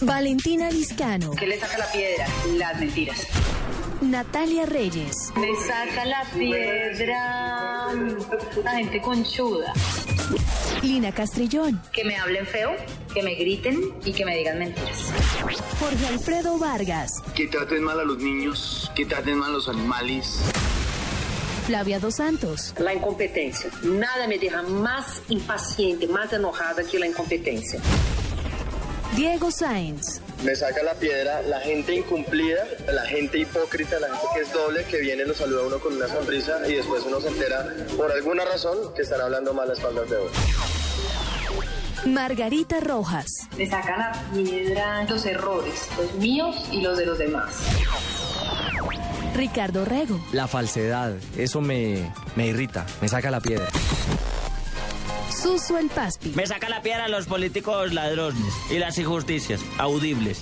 Valentina Liscano, ¿Qué le saca la piedra? Las mentiras. Natalia Reyes, Le saca la piedra la gente conchuda. Lina Castrillón, Que me hablen feo, que me griten y que me digan mentiras. Jorge Alfredo Vargas, que traten mal a los niños, que traten mal a los animales. Flavia Dos Santos, La incompetência. Nada me deixa mais impaciente, mais enojada que a incompetência. Diego Sáenz, Me saca la piedra la gente incumplida, la gente hipócrita, la gente que es doble, que viene, lo saluda a uno con una sonrisa y después uno se entera, por alguna razón, que están hablando mal a espaldas de uno. Margarita Rojas, Le saca la piedra los errores, los míos y los de los demás. Ricardo Rego, La falsedad, eso me, me irrita, me saca la piedra. Suso El Paspi, Me saca la piedra los políticos ladrones y las injusticias audibles.